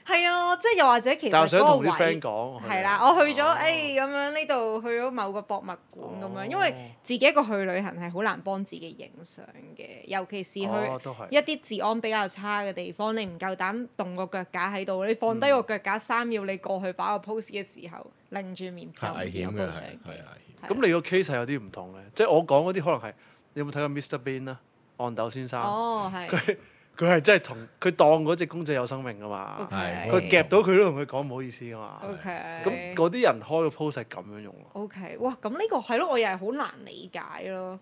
Speaker 2: 係啊，即係又或者其實
Speaker 4: 哦但係想
Speaker 2: 嗰個
Speaker 4: 同啲
Speaker 2: 位
Speaker 4: friend 講。
Speaker 2: 係啦，我去咗哎誒
Speaker 4: 哦
Speaker 2: 咁樣呢度去咗某個博物館咁樣，因為
Speaker 4: 哦
Speaker 2: 自己一個去旅行係好難幫自己影相嘅，尤其是去
Speaker 4: 哦都係
Speaker 2: 一啲治安比較差嘅地方，你唔夠膽動個腳架喺度，你放
Speaker 4: 嗯
Speaker 2: 低個腳架三秒，你過去擺個 pose 嘅時候，擰住面嗯就
Speaker 3: 係
Speaker 2: 唔
Speaker 3: 危
Speaker 2: 見咗
Speaker 3: 險嘅
Speaker 2: 部
Speaker 3: 係
Speaker 2: 相
Speaker 3: 係
Speaker 2: 機。
Speaker 3: 危
Speaker 4: 咁你個 case 係有啲唔同嘅，即係我講嗰啲可能係你有冇睇過 Mr Bean 啊？岸豆先生，
Speaker 2: 哦，係
Speaker 4: 佢佢係真係同佢當嗰只公仔有生命噶嘛
Speaker 2: OK，
Speaker 3: 係
Speaker 4: 佢夾到佢都同佢講唔好意思噶嘛。咁
Speaker 2: ，OK，
Speaker 4: 嗰啲人開個 post 係咁樣用咯。
Speaker 2: O、k 哇！咁呢個係咯，我又係好難理解咯。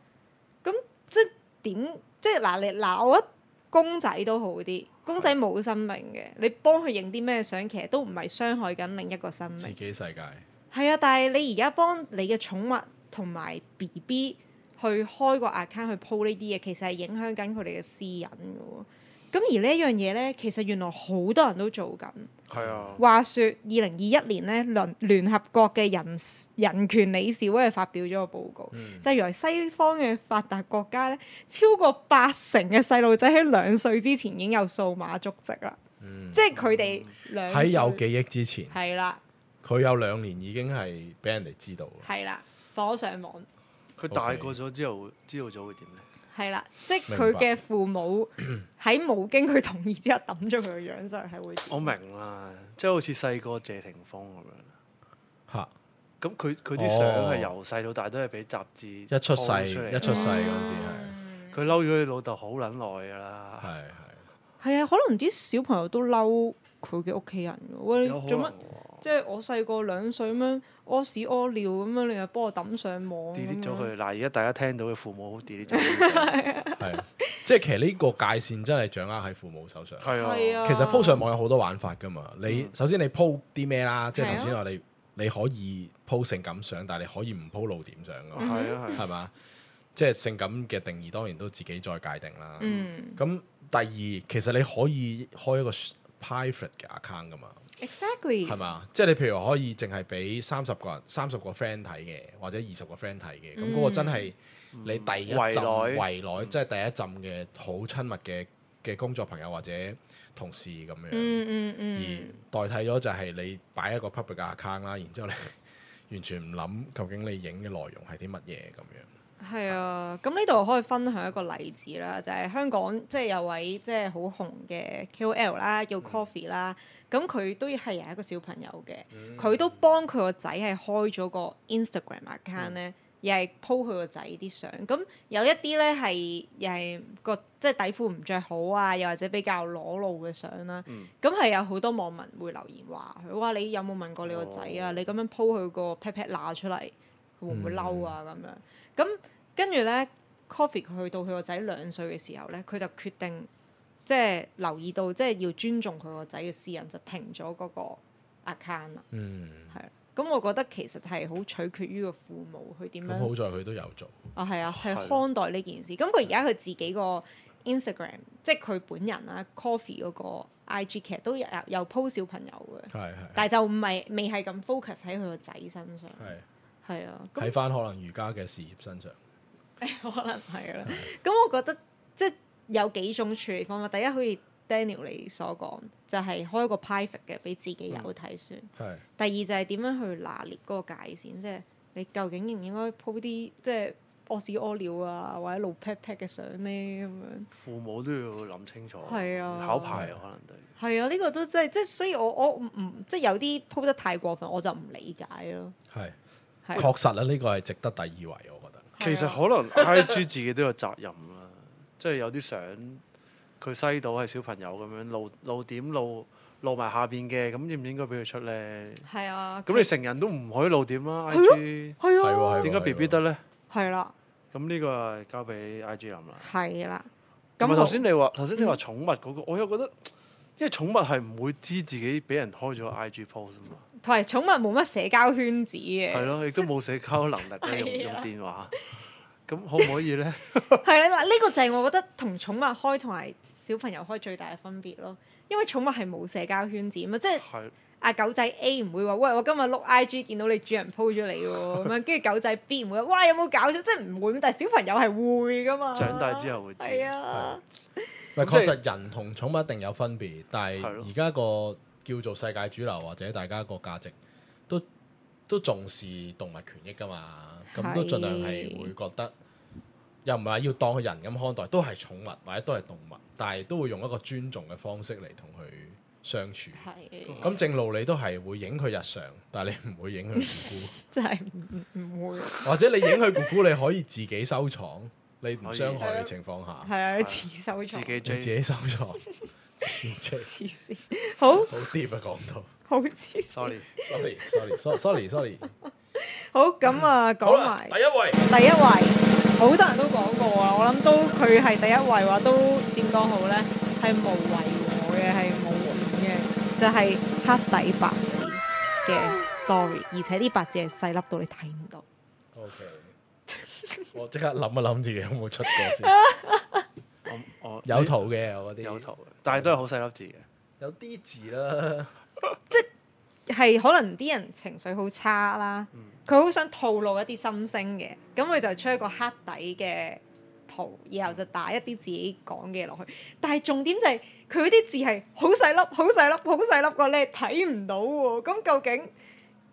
Speaker 2: 咁即係點？即係嗱，你嗱，我覺得公仔都好啲，公仔冇生命嘅，你幫佢影啲咩相，其實都唔係傷害緊另一個生
Speaker 3: 險，自
Speaker 2: 命。
Speaker 3: 己世界
Speaker 2: 係啊，但係你而家幫你嘅寵物同埋 B B 去開個 account 去 po 呢啲嘢，其實係影響緊佢哋嘅私隱嘅喎。咁而呢一樣嘢咧，其實原來好多人都做緊。
Speaker 4: 係啊，
Speaker 2: 話說，二零二一年咧，聯聯合國嘅人人權理事會係發表咗個報告，
Speaker 3: 嗯
Speaker 2: 就係原來西方嘅發達國家咧，超過八成嘅細路仔喺兩歲之前已經有數碼足跡啦，即係佢哋兩
Speaker 3: 嗯喺有記
Speaker 2: 幾
Speaker 3: 憶之前，
Speaker 2: 係啦
Speaker 3: 佢有兩年已經係俾人哋知道啦，
Speaker 2: 係啦，放咗上網
Speaker 4: 佢大個咗之後，知道咗會點咧？
Speaker 2: 係啦，即係佢
Speaker 3: 明白
Speaker 2: 嘅父 母喺冇經佢同意之下抌咗佢嘅樣上去係會點
Speaker 4: 我明啦，即係好似細個謝霆鋒咁樣。
Speaker 3: 嚇
Speaker 4: 咁佢佢啲相係由細到大都係俾雜誌
Speaker 3: 哦一出世
Speaker 4: po 嚟
Speaker 3: 一出世嗰陣時
Speaker 4: 佢嬲咗佢老豆好撚耐㗎啦
Speaker 2: 嗯
Speaker 3: 係。係
Speaker 2: 係啊，可能啲小朋友都嬲佢嘅屋企人㗎喂，
Speaker 4: 有
Speaker 2: 你
Speaker 4: 可
Speaker 2: 做
Speaker 4: 能
Speaker 2: 乜？即係我細個兩歲咁樣屙屎屙尿咁樣，你又幫我抌上網咁
Speaker 4: delete 咗
Speaker 2: 樣。
Speaker 4: 佢嗱，而家大家聽到嘅父母好 delete 咗佢，
Speaker 3: 係係，即係其實呢個界線真係掌握喺父母手上。
Speaker 4: 係
Speaker 2: 係
Speaker 4: 啊，
Speaker 2: 啊，
Speaker 3: 其實 po 上網有好多玩法噶嘛。你、首先你 po 啲咩啦，
Speaker 2: 嗯
Speaker 3: 即
Speaker 2: 係啊
Speaker 3: 係頭先話你你可以 po 性感相，但係你可以唔 po 露點相噶嘛，
Speaker 4: 係
Speaker 2: 嗯
Speaker 4: 啊，係啊
Speaker 3: 係嘛、即係性感嘅定義當然都自己再界定啦。咁、
Speaker 2: 嗯
Speaker 3: 第二，其實你可以開一個 private 嘅 account 噶嘛，
Speaker 2: ，exactly
Speaker 3: 係啊嘛？嗯即係你譬如可以淨係俾三十個人、三十個 friend 睇嘅，或者二十個 friend 睇嘅，咁嗰個真係你第一
Speaker 4: 圍
Speaker 3: 陣嗯
Speaker 4: 內
Speaker 3: 圍內，即係第一陣嘅好親密嘅嘅工作朋友或者同事咁樣。
Speaker 2: 嗯嗯嗯，
Speaker 3: 而代替咗就係你擺一個 public 嘅 account 啦，然之後你 完全唔諗究竟你影嘅內容係啲乜嘢咁樣。
Speaker 2: 係啊。咁呢度可以分享一個例子啦，就係香港即係有位即係好紅嘅 KOL 啦，叫 Coffee 啦。咁佢都係有一個小朋友嘅，佢都幫佢個仔係開咗個 Instagram account 咧，又係 po 佢個仔啲相。咁有一啲咧係又係個即係底褲唔着好啊，又或者比較裸露嘅相啦。咁係、有好多網民會留言話佢：哇，你有冇問過你個仔啊？
Speaker 4: 哦
Speaker 2: 你咁樣 po 佢個 pat pat 罅出嚟，佢會唔會嬲啊？
Speaker 3: 嗯
Speaker 2: 咁樣咁跟住咧，Coffee 佢去到佢個仔兩歲嘅時候咧，佢就決定。即係留意到，即係要尊重佢個仔嘅私隱，就停咗嗰個 account 啦。
Speaker 3: 嗯，
Speaker 2: 係啦，咁我覺得其實係好取決於個父母去點
Speaker 3: 咁
Speaker 2: 樣
Speaker 3: 好在佢都有做，
Speaker 2: 啊，係啊，去
Speaker 4: 係
Speaker 2: 看待呢件事。咁佢而家佢自己個 Instagram，即係佢本人啦，Coffee 嗰個 IG 其實都有有 po 小朋友嘅，
Speaker 3: 係係
Speaker 2: 但係就唔係未係咁 focus 喺佢個仔身上。
Speaker 3: 係
Speaker 2: 係啊，咁
Speaker 3: 睇翻可能瑜伽嘅事業身上，
Speaker 2: 可能係啦。咁我覺得即係有幾種處理方法。第一，好似 Daniel 你所講，就係、開個 private 嘅俾自己有睇算。
Speaker 3: 係
Speaker 2: 第二就係點樣去拿捏嗰個界線，即係你究竟應唔應該鋪啲即係屙屎屙尿啊，或者露 pat pat 嘅相呢？咁樣。
Speaker 4: 父母都要諗清楚，
Speaker 2: 係啊
Speaker 4: 考牌啊可能對，
Speaker 2: 係啊，呢、個都真係即係，所以我我唔唔即係有啲鋪得太過分，我就唔理解咯。
Speaker 3: 係
Speaker 2: 係
Speaker 3: 確實啦，呢個係值得第二位，我覺得。
Speaker 2: 係啊
Speaker 4: 其實可能 I G 自己都有責任啦，即係有啲相佢西到係小朋友咁樣露露點露露埋下邊嘅，咁應唔應該俾佢出咧？
Speaker 2: 係啊，
Speaker 4: 咁你成人都唔可以露點啦
Speaker 2: 係咯
Speaker 4: ，IG
Speaker 2: 係
Speaker 3: 係喎係
Speaker 2: 啊
Speaker 3: 喎，
Speaker 4: 點解 B B 得咧？
Speaker 2: 係啦，
Speaker 4: 咁呢個係交俾 IG 諗啦。
Speaker 2: 係啦。
Speaker 4: 咁啊
Speaker 2: 咁
Speaker 4: 頭先
Speaker 2: 好
Speaker 4: 你話頭先你話寵物嗰個，我又覺得因為寵物係唔會知自己俾人開咗 IG post 啊嘛，
Speaker 2: 同埋寵物冇乜社交圈子嘅，
Speaker 4: 係咯，亦都冇社交能力咧，用
Speaker 2: 係
Speaker 4: 用
Speaker 2: 啊
Speaker 4: 電話。咁可唔可以咧？
Speaker 2: 係啦，嗱呢個就係我覺得同寵物開同埋小朋友開最大嘅分別咯。因為寵物係冇社交圈子嘛，即係
Speaker 4: 係
Speaker 2: 阿狗仔 A 唔會話喂我今日碌 IG 見到你主人 po 咗你喎咁樣，跟住狗仔 B 唔會話哇有冇搞咗，即係唔會咁。但係小朋友係會噶嘛，
Speaker 4: 長大之後會知
Speaker 2: 係啊，
Speaker 3: 唔係
Speaker 4: 咁
Speaker 3: 確
Speaker 4: 即係
Speaker 3: 實人同寵物一定有分別，但係
Speaker 4: 係咯
Speaker 3: 而家個叫做世界主流或者大家個價值都都重視動物權益噶嘛，咁都
Speaker 2: 係
Speaker 3: 盡量係會覺得又唔係話要當佢人咁看待，都係寵物或者都係動物，但係都會用一個尊重嘅方式嚟同佢相處。
Speaker 2: 係
Speaker 3: 咁正路你都係會影佢日常，但係你唔會影佢姑
Speaker 2: 真係唔唔會，
Speaker 3: 姑，或者你影佢姑姑你可以自己收藏，你唔
Speaker 4: 可以
Speaker 3: 傷害嘅情況下，
Speaker 2: 係啊，自收
Speaker 4: 自
Speaker 2: 藏，
Speaker 4: 己
Speaker 3: 你自
Speaker 4: J
Speaker 3: 己收藏，黐線
Speaker 2: 黐線，好
Speaker 3: 好 deep 啊講到。
Speaker 2: 好黐線，
Speaker 4: sorry。
Speaker 3: sorry sorry so- sorry sorry，
Speaker 2: 好咁啊
Speaker 4: 嗯
Speaker 3: 好
Speaker 2: 講
Speaker 3: 啦，
Speaker 2: 埋
Speaker 3: 第。一位
Speaker 2: 第一位，好多人都講過啊！我諗都佢係第一位話都點講好呢？係無為我嘅，係冇嘅，就係、黑底白字嘅 story，而且啲白字係細粒到你睇唔到。
Speaker 3: ，OK，我即刻諗一諗自己有冇出過 先，
Speaker 4: 我 我
Speaker 3: 有圖嘅我嗰啲，
Speaker 4: 有圖，但係都係好細粒字嘅。
Speaker 3: 有啲字啦，
Speaker 2: 係可能啲人情緒好差啦，
Speaker 4: 嗯
Speaker 2: 佢好、想透露一啲心聲嘅，咁佢就出一個黑底嘅圖，然後就打一啲自己講嘅落去。但係重點就係佢嗰啲字係好細粒、好細粒、好細粒個，你係睇唔到喎。咁究竟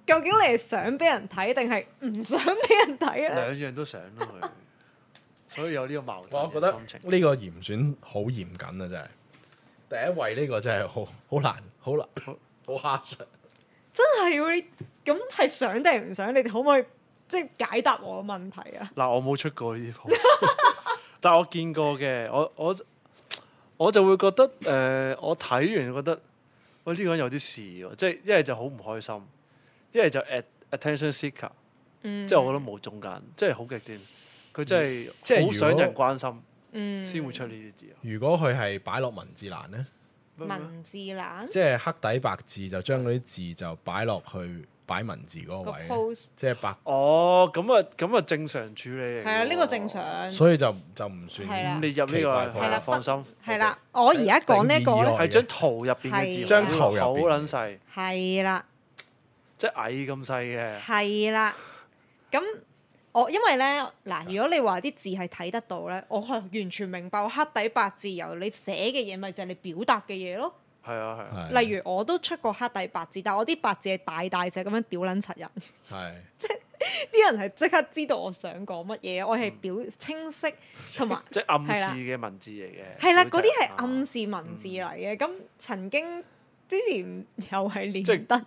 Speaker 2: 究竟你係想俾人睇定係唔想俾人睇咧？
Speaker 4: 兩樣都想咯佢，所以有呢個矛盾
Speaker 3: 我覺
Speaker 4: 嘅
Speaker 3: 得
Speaker 4: 心情。
Speaker 3: 呢個嚴選好嚴謹啊，真係第一位呢個真係好好難好難好啊 hard，
Speaker 2: 真係喎！你咁係想定係唔想？你哋可唔可以即係解答我嘅問題啊？
Speaker 4: 嗱，我冇出過呢啲 post，但我見過嘅，我我我就會覺得誒、呃我睇完覺得，喂呢、個人有啲事喎，即係一係就好唔開心，一係就 at attention seeker，、
Speaker 2: 嗯
Speaker 4: 即係我覺得冇中間，即係好極端，佢真係
Speaker 3: 嗯即係如
Speaker 4: 好
Speaker 3: 果
Speaker 4: 想人關心
Speaker 2: 嗯
Speaker 4: 先會出呢啲字啊。
Speaker 3: 如果佢係擺落文字欄呢，
Speaker 2: 文字欄
Speaker 3: 即係黑底白字就將嗰啲字就擺落去擺文字
Speaker 2: 個
Speaker 3: 嗰個位，
Speaker 2: post。
Speaker 3: 即係白，
Speaker 4: 哦，咁啊，咁啊正常處理嚟。
Speaker 2: 係啊，呢個正。常。
Speaker 3: 所以就就唔算
Speaker 2: 係啦
Speaker 4: 你入呢
Speaker 3: 奇怪
Speaker 4: 個
Speaker 3: 怪哦
Speaker 4: 係啦，
Speaker 2: 啦
Speaker 4: 放心，
Speaker 2: 係啦，我而家講呢一個
Speaker 3: 定義
Speaker 2: 咧，
Speaker 3: 咯
Speaker 4: 係張圖入邊嘅字，
Speaker 2: 係張
Speaker 3: 圖入邊
Speaker 4: 好撚細，
Speaker 2: 係啦，
Speaker 4: 即係矮咁細嘅。
Speaker 2: 係啦。咁我因為咧嗱，如果你話啲字係睇得到咧，我係完全明白我黑底白字由你寫嘅嘢，咪就係你表達嘅嘢咯。
Speaker 4: 係啊係啊，
Speaker 3: 係
Speaker 2: 例如我都出過黑底白字，但我啲白字係大大隻咁樣屌撚柒人，
Speaker 3: 係
Speaker 2: 啲人係即刻知道我想講乜嘢，我係表清晰同埋。
Speaker 4: 即係暗
Speaker 2: 係啦
Speaker 4: 示嘅文字嚟嘅。
Speaker 2: 係啦，
Speaker 4: 表
Speaker 2: 嗰啲
Speaker 4: 情
Speaker 2: 係
Speaker 4: 啊
Speaker 2: 暗示文字嚟嘅。咁、曾經之前又係
Speaker 4: 即係
Speaker 2: 連登，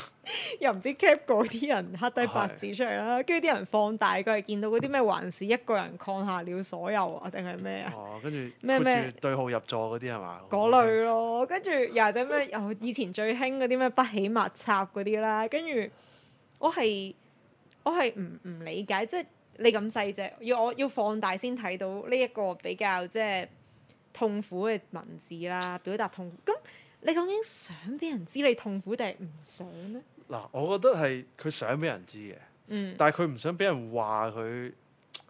Speaker 2: 又唔知 cap 過啲人黑底白字出嚟啦，跟住啲人放大佢係見到嗰啲咩還是一個人抗下了所有啊，定係咩啊？
Speaker 4: 哦，跟住
Speaker 2: 咩
Speaker 4: 括
Speaker 2: 咩
Speaker 4: 住對號入座嗰啲係嘛？哦
Speaker 2: 嗰類咯，跟住又或者咩，又以前最興嗰啲咩不起抹插嗰啲啦，跟住我係我係唔唔理解，即係你咁細隻，要我要放大先睇到呢一個比較即係痛苦嘅文字啦，表達痛苦。咁你究竟想俾人知你痛苦定係唔想呢？
Speaker 4: 嗱，我覺得係佢想俾人知嘅，
Speaker 2: 嗯，
Speaker 4: 但係佢唔想俾人話佢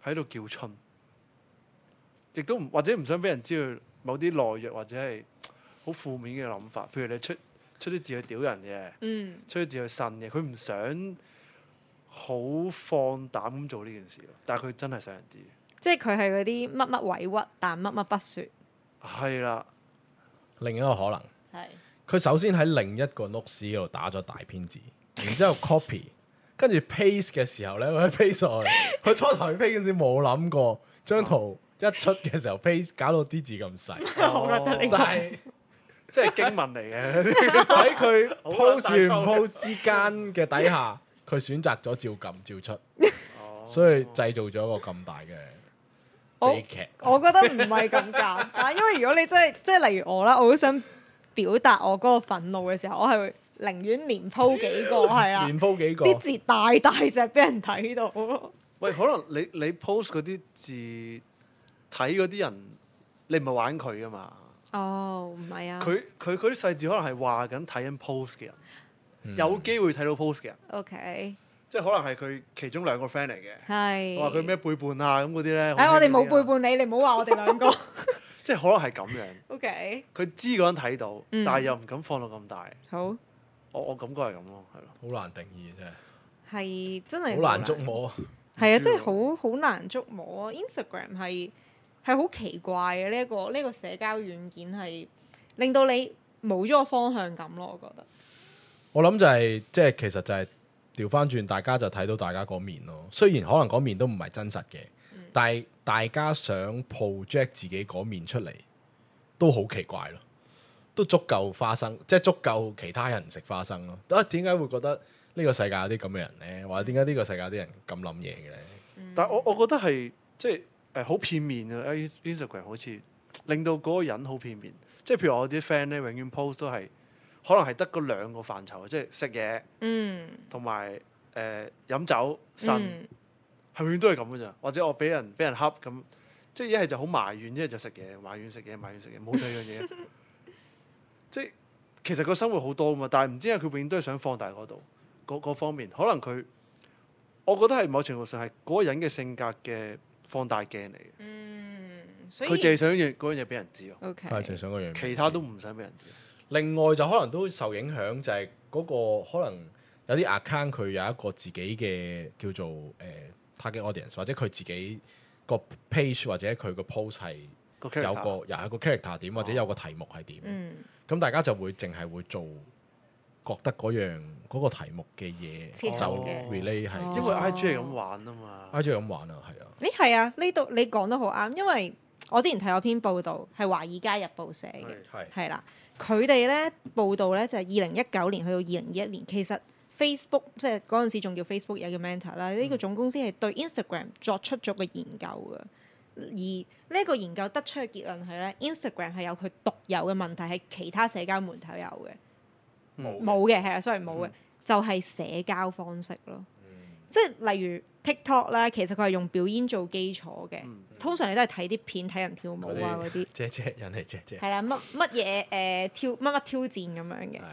Speaker 4: 喺度叫春，亦都唔或者唔想俾人知佢某啲懦弱或者係好負面嘅諗法。譬如你出出啲字去屌人嘅，
Speaker 2: 嗯，
Speaker 4: 出啲字去呻嘅，佢唔想好放膽咁做呢件事咯。但係佢真係想人知，
Speaker 2: 即係佢係嗰啲乜乜委屈，但乜乜不説。
Speaker 4: 係啦，
Speaker 3: 另一個可能。
Speaker 2: 係。
Speaker 3: 佢首先喺另一個 notes 嗰度打咗大篇 字，然之後 copy，跟住 paste 嘅時 候咧，佢 paste 落去，佢初頭 paste 嗰陣時冇諗過，張圖一出嘅時候 paste 搞到啲字咁細，
Speaker 2: 哦 我覺得你
Speaker 3: 但係
Speaker 4: 即係經文嚟嘅。
Speaker 3: 喺佢 post 與唔
Speaker 4: 好難
Speaker 3: post 之間嘅底下，佢選擇咗照撳照出，
Speaker 4: 哦
Speaker 3: 所以製造咗一個咁大嘅
Speaker 2: 我
Speaker 3: 悲劇。
Speaker 2: 我覺得唔係咁 簡單，因為如果你真係即係例如我啦，我好想表達我嗰個憤怒嘅時候，我係會寧願連鋪幾 個係啦，
Speaker 3: 連鋪幾個
Speaker 2: 啲字大大隻俾人睇到咯。
Speaker 4: 喂，可能你你 post 嗰啲字睇嗰啲人，你唔係玩佢噶嘛？
Speaker 2: 哦，唔係啊
Speaker 4: 佢佢嗰啲細字可能係話緊睇緊 post 嘅人，有機會睇到 post 嘅人，
Speaker 2: ，OK，
Speaker 4: 即係可能係佢其中兩個 friend 嚟嘅。
Speaker 2: 係。
Speaker 4: 話佢咩？背叛啊咁嗰啲咧，
Speaker 2: 誒，我哋冇背
Speaker 4: 好驚呢啲啊，
Speaker 2: 叛你，你唔好話我哋兩個。
Speaker 4: 即係可能係咁樣。
Speaker 2: OK，
Speaker 4: 佢知嗰個人睇到，
Speaker 2: 嗯
Speaker 4: 但係又唔敢放到咁大。
Speaker 2: 好，
Speaker 4: 我我感覺係咁咯，係咯。
Speaker 3: 好難定義真係，
Speaker 2: 係真係
Speaker 3: 好難捉摸。
Speaker 2: 係啊，
Speaker 4: 知
Speaker 2: 真係好
Speaker 4: 喎
Speaker 2: 好難捉摸。Instagram 係係好奇怪嘅呢一個呢、個社交軟件係令到你冇咗個方向感咯，我覺得。
Speaker 3: 我諗就係即係其實就係調翻轉，大家就睇到大家嗰面咯。雖然可能嗰面都唔係真實嘅，但係大家想 project 自己嗰面出嚟，都好奇怪咯。都足夠花生，即係足夠其他人食花生咯。啊，點解會覺得呢個世界有啲咁嘅人呢？或者點解呢個世界有啲人咁諗嘢嘅呢？
Speaker 4: 但係我我覺得係即係誒好片面啊！In-！Instagram 好似令到嗰個人好片面，即係譬如我啲 friend 咧，永遠 post 都係可能係得嗰兩個範疇，啊即係食嘢
Speaker 2: 嗯，
Speaker 4: 同埋誒飲酒、呻，
Speaker 2: 嗯，
Speaker 4: 係永遠都係咁嘅咋。或者我俾人俾人恰咁，即係一係就好埋怨，一係就食嘢，埋怨食嘢，埋怨食嘢，冇第二樣嘢。 即係其實個生活好多啊嘛，但係唔知係佢永遠都係想放大嗰度嗰嗰方面，可能佢我覺得係某程度上係嗰個人嘅性格嘅放大鏡嚟嘅。
Speaker 2: 嗯，所以
Speaker 4: 佢淨係想樣嗰樣嘢俾人知咯，
Speaker 2: OK，
Speaker 3: 係最想嗰樣嘢。
Speaker 4: 其他都唔想俾人知。
Speaker 3: 另外就可能都受影響，就係嗰個可能有啲 account 佢有一個自己嘅叫做誒、呃 target audience，或者佢自己個 page 或者佢個 post 係
Speaker 4: 個
Speaker 3: 有
Speaker 4: character 哦
Speaker 3: 個又係個 character 點，或者有個題目係點。咁、
Speaker 2: 嗯，
Speaker 3: 大家就會淨係會做覺得嗰樣嗰、個題目嘅嘢
Speaker 2: 切
Speaker 3: 就
Speaker 2: 合嘅
Speaker 3: relay 係，
Speaker 4: 因
Speaker 2: 哦
Speaker 4: 為 I G 係咁玩啊嘛。
Speaker 3: I G 咁玩啊，係啊，
Speaker 2: 咦係啊，呢度你講得好啱，因為我之前睇過篇報道係《華爾街日報》寫嘅。
Speaker 3: 係
Speaker 2: 係啦，佢哋咧報道咧就係二零一九年去到二零二一年，其實 Facebook 即係嗰陣時仲叫 Facebook 有叫 Meta 啦，呢個總公司係對 Instagram 作出咗個研究嘅。而呢個研究得出嘅結論係咧，Instagram 係有佢獨有嘅問題，係其他社交媒體有嘅。冇嘅，係啊，sorry 冇嘅，就係社交方式咯。
Speaker 3: 嗯
Speaker 2: 即係例如 TikTok 啦，其實佢係用表演做基礎嘅，通常你都係睇啲片、睇人跳舞啊嗯嗰啲。
Speaker 3: 姐姐人嚟姐姐，
Speaker 2: 係啦，乜乜嘢誒挑乜乜挑戰咁樣嘅。誒
Speaker 3: 係、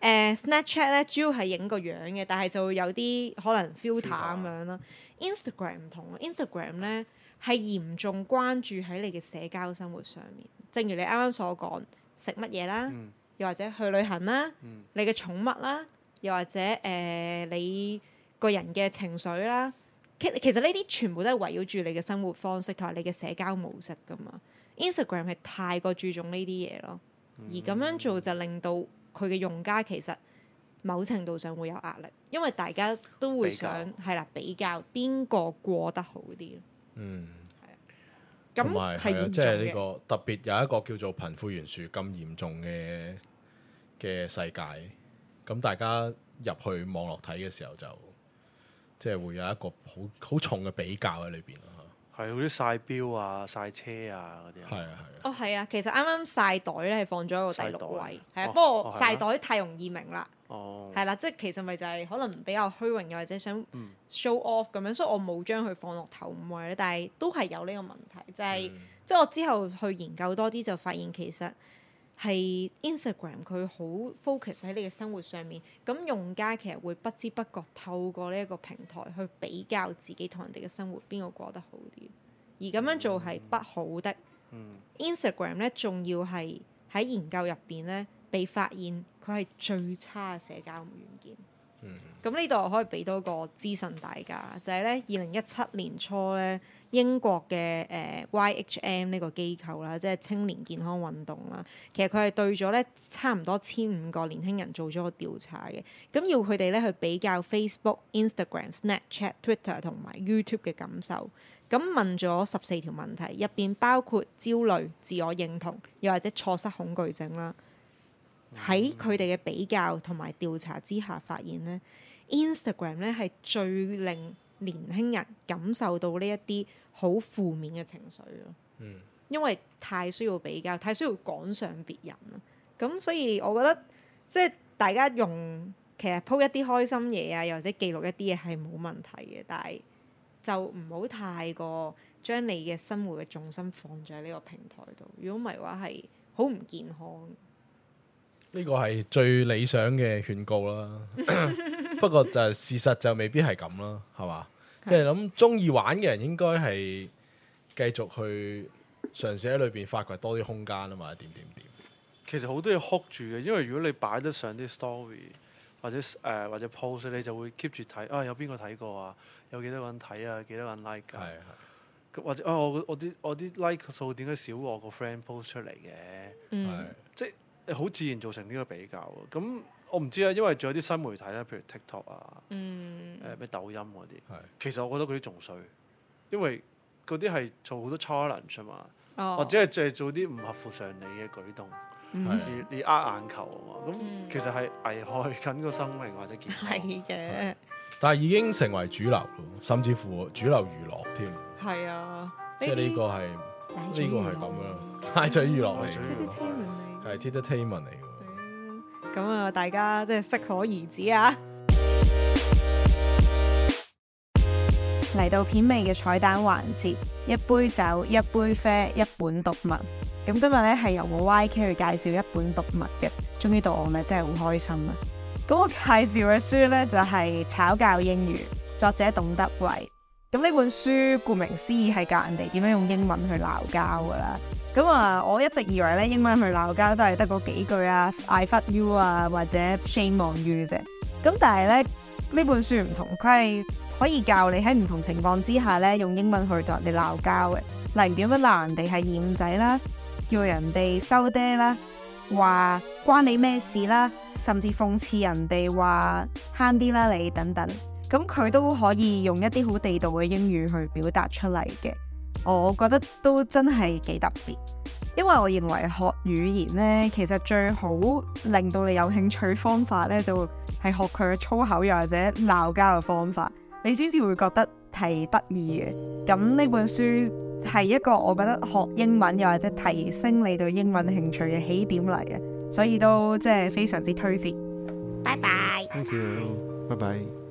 Speaker 2: 嗯 Snapchat 咧主要係影個樣嘅，但係就會有啲可能 filter
Speaker 4: filter
Speaker 2: 咁樣啦。Instagram 唔同啊，Instagram 咧係嚴重關注喺你嘅社交生活上面。正如你啱啱所講，食乜嘢啦，
Speaker 4: 嗯
Speaker 2: 又或者去旅行啦，
Speaker 4: 嗯
Speaker 2: 你嘅寵物啦，又或者誒、呃你個人嘅情緒啦。其其實呢啲全部都係圍繞住你嘅生活方式同埋你嘅社交模式噶嘛。Instagram 係太過注重呢啲嘢咯，而咁樣做就令到佢嘅用家其實某程度上會有壓力，因為大家都會
Speaker 4: 比較
Speaker 2: 想係啦比較邊個過得好啲咯。啊
Speaker 3: 嗯。
Speaker 2: 咁
Speaker 3: 同埋
Speaker 2: 係
Speaker 3: 係啊，
Speaker 2: 嚴
Speaker 3: 即
Speaker 2: 重
Speaker 3: 係呢
Speaker 2: 嘅。
Speaker 3: 個特別有一個叫做貧富懸殊咁嚴重嘅嘅世界，咁大家入去網絡睇嘅時候就即係會有一個好好重嘅比較喺裏邊咯。
Speaker 4: 係嗰啲晒錶啊、晒車啊嗰啲
Speaker 3: 係啊係
Speaker 4: 啊。
Speaker 3: 啊，
Speaker 2: 哦，係啊，其實啱啱晒袋咧係放咗一個第六
Speaker 4: 曬袋
Speaker 2: 位，係啊，
Speaker 4: 哦
Speaker 2: 不過
Speaker 4: 哦係咩
Speaker 2: 晒袋太容易明啦，
Speaker 4: 哦，
Speaker 2: 係啦，即係其實咪就係可能比較虛榮，又或者想
Speaker 4: 嗯
Speaker 2: show off 咁樣，所以我冇將佢放落頭五位咧，但係都係有呢個問題，就
Speaker 4: 嗯
Speaker 2: 係、即係我之後去研究多啲，就發現其實係 Instagram 佢好 focus 喺你嘅生活上面，咁用家其實會不知不覺透過呢一個平台去比較自己同人哋嘅生活邊個過得好啲，而咁樣做係不好的。
Speaker 4: 嗯
Speaker 2: Instagram 咧，仲要係喺研究入邊咧，被發現佢係最差嘅社交軟件。
Speaker 3: 嗯
Speaker 2: 咁呢度我可以俾多個資訊大家，就係咧二零一七年初咧，英國嘅誒、呃 YHM 呢個機構啦，即係青年健康運動啦，其實佢係對咗咧差唔多千五個年輕人做咗個調查嘅，咁要佢哋咧去比較 Facebook、Instagram、Snapchat、Twitter 同埋 YouTube 嘅感受。咁問咗十四條問題，入邊包括焦慮、自我認同，又或者錯失恐懼症啦。喺佢哋嘅比較同埋調查之下，發現呢 Instagram 咧係最令
Speaker 5: 年輕人感受到呢一啲好負面嘅情緒咯。
Speaker 3: 嗯，
Speaker 5: 因為太需要比較，太需要趕上別人啦。咁所以我覺得即係大家用其實 po 一啲開心嘢啊，又或者記錄一啲嘢係冇問題嘅，但係就唔好太過將你嘅生活嘅重心放咗喺呢個平台度。如果唔係嘅話，係好唔健康。
Speaker 3: 呢個係最理想嘅勸告啦。不過就係事實就未必係咁啦，係嘛？即係諗中意玩嘅人應該係繼續去嘗試喺裏邊發掘多啲空間啊嘛，點點點。
Speaker 4: 其實好多嘢哭住嘅，因為如果你擺得上啲 story 或者誒、呃或者 post，你就會 keep 住睇啊，有邊個睇過啊？有幾多個人睇啊？幾多個人 like 啊？
Speaker 3: 係係。
Speaker 4: 咁或者啊，我我啲我啲 like 數點解少我個 friend post 出嚟嘅？
Speaker 3: 係
Speaker 4: 即係好自然造成呢個比較喎。咁我唔知啊，因為仲有啲新媒體咧，譬如 TikTok 啊，
Speaker 5: 嗯
Speaker 4: 誒、咩抖音嗰啲，
Speaker 3: 係
Speaker 4: 其實我覺得嗰啲仲衰，因為嗰啲係做好多 challenge 啊嘛，
Speaker 5: 哦
Speaker 4: 或者係就係做啲唔合乎常理嘅舉動，
Speaker 5: 嗯
Speaker 3: 係
Speaker 4: 而而呃眼球啊嘛。
Speaker 5: 嗯
Speaker 4: 咁其實係危害緊個生命或者健康。
Speaker 5: 係啊嘅，
Speaker 3: 但係已經成為主流咯，甚至乎主流娛樂添，
Speaker 5: 係啊，
Speaker 3: 即係呢個
Speaker 5: 個
Speaker 3: 係
Speaker 5: 呢
Speaker 3: 呢個係 咁樣，大嘴嗯娛樂嚟
Speaker 4: 係
Speaker 3: 嘅，
Speaker 5: 樣
Speaker 3: 係 entertainment 嚟嘅。
Speaker 5: 咁啊，大家即係適可而止啊！
Speaker 2: 嚟到片尾嘅彩蛋環節，一杯酒、一杯啡、一本讀物。咁今日咧係由我 YK 去介紹一本讀物嘅，終於到我咧真係好開心啊！咁我介紹嘅書咧就係、炒教英語》，作者董德偉。咁呢本書顧名思義係教人哋點樣用英文去鬧交噶啦。咁啊，我一直以為咧英文去鬧交都係得嗰幾句啊，I fuck you 啊，或者 shame on you 啫。咁但係咧呢本書唔同，佢係可以教你喺唔同情況之下咧，用英文去同人哋鬧交嘅，例如點樣鬧人哋係厭仔啦，叫人哋收爹啦，話關你咩事啦，甚至諷刺人哋話慳啲啦你等等，咁佢都可以用一啲好地道嘅英語去表達出嚟嘅，我覺得都真係幾特別。因為我認為學語言呢，其實最好令到你有興趣方法呢，就係學佢嘅粗口，又或者鬧交嘅方法。你先至會覺得係得意嘅。咁呢本書係一個我覺得學英文又或者提升你對英文興趣嘅起點嚟嘅，所以都即係非常之推薦。
Speaker 5: 拜拜。
Speaker 6: Thank you，拜拜。